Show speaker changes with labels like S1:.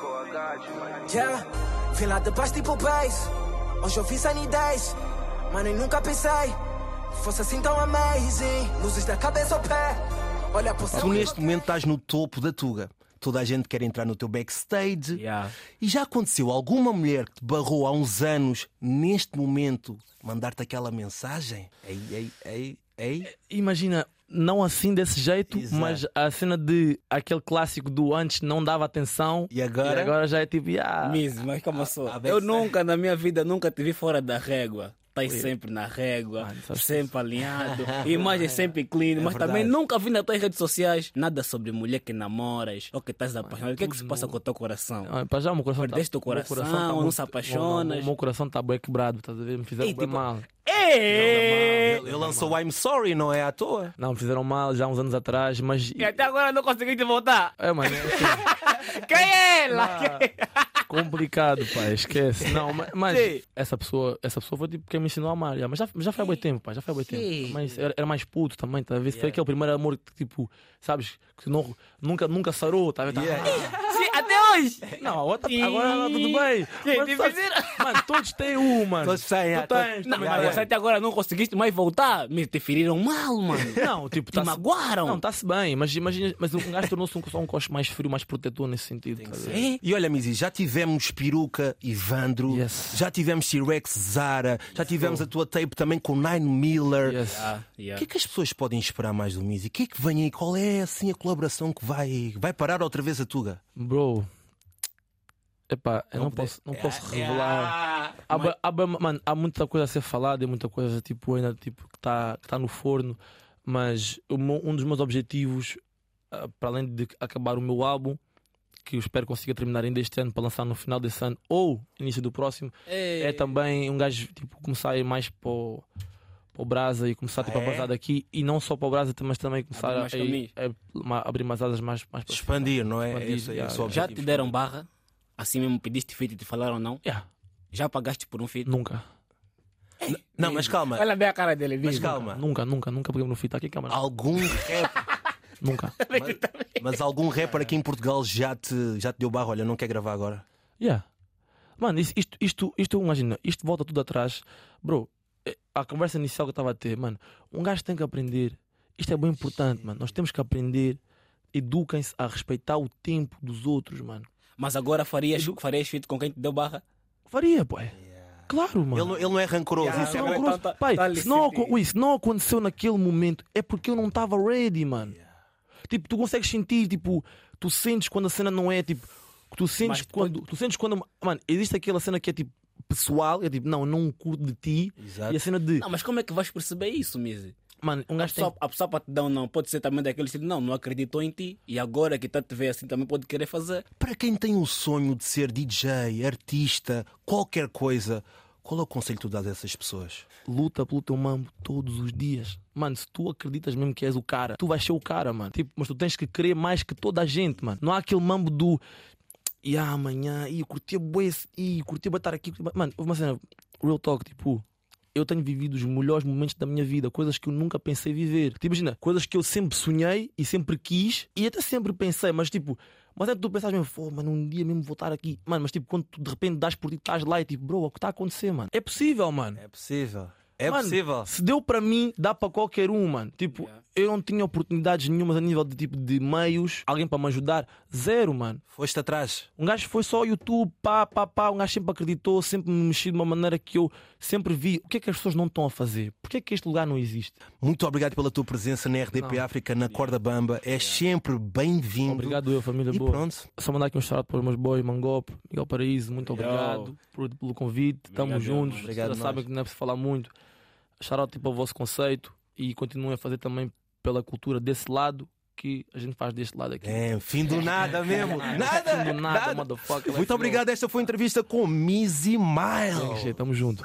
S1: saudade, mano.
S2: Yeah, vim lá de baixo tipo pais. Hoje eu vi sanidez, mano, e nunca pensei. que Fosse assim tão amazing. Luzes da cabeça ao pé. Olha pro céu.
S3: Tu
S2: e
S3: neste
S2: vou-
S3: momento estás no topo da Tuga. Toda a gente quer entrar no teu backstage.
S4: Yeah.
S3: E já aconteceu alguma mulher que te barrou há uns anos, neste momento, mandar-te aquela mensagem? Ei, ei, ei, ei.
S4: Imagina, não assim desse jeito,
S3: Exato.
S4: mas a cena de aquele clássico do antes não dava atenção
S3: E agora?
S4: e já é tipo, ah,
S5: Mesmo, mas calma só.
S3: a- é- a
S5: eu
S3: backstage.
S5: nunca na minha vida nunca te vi fora da régua. Estás sempre na régua,
S3: Ah,
S4: Mano, sabes
S5: sempre alinhado, imagens sempre clean, mas
S3: assim. É verdade.
S5: também nunca vi nas tuas redes sociais nada sobre mulher que namoras ou que estás apaixonado. O que é que se passa com o teu coração?
S4: Ah, Para já, o meu coração
S5: Perdeste
S4: tá,
S5: o coração,
S4: meu tá
S5: não
S4: muito-
S5: se apaixonas.
S4: O meu coração está bem quebrado, estás a ver? Me fizeram
S5: Ei,
S4: bem
S5: tipo-
S4: mal.
S5: Ei!
S3: Ele lançou o I'm Sorry, não é à toa?
S4: Não, me fizeram mal já há uns anos atrás, mas.
S5: E até agora não conseguiste voltar.
S4: É, mano, é assim,
S5: Quem é ela?
S4: complicado, pai, esquece. Não, ma- mas,
S5: Sim.
S4: essa pessoa essa pessoa foi tipo quem me ensinou a amar, já, mas já, mas já foi há muito tempo, pai, já foi há muito
S5: Sim.
S4: tempo. Mas era, era mais puto também, tá a ver? Foi aquele primeiro amor que, tipo, sabes, que não, nunca, nunca sarou, tá a ver? Tá-
S3: Ah.
S5: Sim, até hoje.
S4: Não, agora, tá, agora tudo bem.
S5: Sim, tipo assim,
S4: Mas, sabe- mano, todos têm um, mano.
S3: Todos têm, ah,
S4: tu tens,
S5: Não,
S4: não,
S5: mas você até agora não conseguiste mais voltar. Me te feriram mal, mano.
S4: não, tipo,
S5: Te
S4: tá-se-
S5: magoaram.
S4: Não, está-se bem, mas imagina, mas um gajo tornou-se um, só um coche mais frio, mais protetor nesse sentido. tá a ver?
S5: É?
S3: E olha, Mizzy, já tivemos Peruca, Ivandro,
S4: Yes.
S3: já tivemos T-Rex, Zara, já tivemos a tua tape também com Nine Miller.
S4: Yes.
S5: Ah.
S3: O que é que as pessoas podem esperar mais do Mizzy? O que é que vem aí? Qual é assim a colaboração que vai, vai parar outra vez a Tuga?
S4: Bro. Epá, eu não, posso, não posso revelar. Há, ba- há ba- mano, há muita coisa a ser falada e muita coisa tipo, ainda tipo, que está que tá no forno. Mas o meu- um dos meus objetivos, ah, para além de acabar o meu álbum, que eu espero consiga terminar ainda este ano para lançar no final desse ano ou início do próximo, é também um gajo tipo, começar a ir mais para o, para o Brasa e começar tipo,
S3: Ah,
S4: a
S3: é?
S4: bazar daqui e não só para o Brasa, mas também começar
S5: Abrir mais
S4: a,
S5: caminhos.
S4: a- a- ma- abrir mais asas mais, mais para
S3: Expandir, não é?
S4: Expandir,
S3: Esse é
S4: yeah,
S3: esse o
S4: yeah.
S5: Já
S3: objetivo.
S5: te deram barra? Assim mesmo pediste feito e te falaram não?
S4: Yeah,
S5: Já pagaste por um feito?
S4: nunca.
S3: Não, mas calma,
S5: Olha bem a cara dele,
S3: mas
S5: diz.
S3: calma.
S4: Nunca, nunca, nunca peguei no fita aqui, câmara.
S3: Algum rap,
S4: Nunca.
S3: mas algum rapper aqui em Portugal já te, já te deu barro, olha, não quer gravar agora.
S4: Yeah. Mano, isso- isto, isto, isto, imagina, isto volta tudo atrás. Bro, eh, a conversa inicial que eu estava a ter, mano, um gajo tem que aprender. Isto é bem importante, mano. Nós temos que aprender. Eduquem-se a respeitar o tempo dos outros, mano.
S5: Mas agora farias, farias feito com quem te deu barra?
S4: Faria, pô. Claro, mano.
S3: Ele, não- ele não é rancoroso,
S5: Yeah,
S3: isso é
S5: não,
S3: bom.
S5: não.
S4: Ah, Cruz,
S5: tá- tá-
S4: pai,
S5: tá ali
S4: se não,
S5: sentido.
S4: aco- isso não aconteceu naquele momento, é porque eu não estava ready, mano. Tipo, tu consegues sentir, tipo, tu sentes quando a cena não é, tipo, tu sentes quando, tu sentes quando, mano, existe aquela cena que é tipo pessoal, é tipo, não, eu não curto de ti,
S3: Exato.
S4: e a cena de,
S5: Não, mas como é que vais perceber isso, Mize?
S4: mano, um
S5: A
S4: gajo tem
S5: pessoa, a pessoa para te dar um não pode ser também daquele estilo, não, não acreditou em ti e agora que está te ver assim também pode querer fazer.
S3: Para quem tem o sonho de ser DJ, artista, qualquer coisa, qual é o conselho que tu dás a essas pessoas?
S4: luta pelo teu mambo todos os dias. Mano, se tu acreditas mesmo que és o cara, tu vais ser o cara, mano. Tipo, mas tu tens que crer mais que toda a gente, mano. Não há aquele mambo do. E amanhã, e curtia bué, esse- e curtia bué estar aqui. curtia bué-" Mano, houve uma cena, real talk, tipo. Eu tenho vivido os melhores momentos da minha vida, coisas que eu nunca pensei viver. Tipo, imagina, coisas que eu sempre sonhei e sempre quis e até sempre pensei, mas tipo, mas é que tu pensas mesmo, pô, mano, um dia mesmo vou estar aqui. Mano, mas tipo, quando tu de repente das por ti, estás lá e tipo, bro, o que está a acontecer, mano? É possível, mano.
S3: É possível. É
S4: Mano,
S3: possível.
S4: Se deu para mim, dá para qualquer um, mano. Tipo, eu não tinha oportunidades nenhumas a nível de tipo de meios, alguém para me ajudar, zero, mano.
S3: Foste atrás.
S4: Um gajo foi só YouTube, pá, pá, pá. Um gajo sempre acreditou, sempre me mexi de uma maneira que eu sempre vi. O que é que as pessoas não estão a fazer? Por que é que este lugar não existe?
S3: Muito obrigado pela tua presença na RDP
S4: Não.
S3: África, na Corda Bamba. É sempre bem-vindo.
S4: Obrigado, eu, família
S3: E
S4: boa.
S3: pronto.
S4: Só mandar aqui um shout para os meus boys, Mangop, Miguel Paraíso, muito obrigado por- pelo convite. Estamos juntos.
S3: Obrigado
S4: Vocês já
S3: nós.
S4: sabem que não é preciso falar muito. Shout out para o vosso conceito e continuem a fazer também pela cultura desse lado que a gente faz deste lado aqui.
S3: É, fim do nada mesmo. nada.
S4: Do nada, motherfucker.
S3: Muito obrigado. Esta foi a entrevista com Mizzy Miles.
S4: Tamo junto.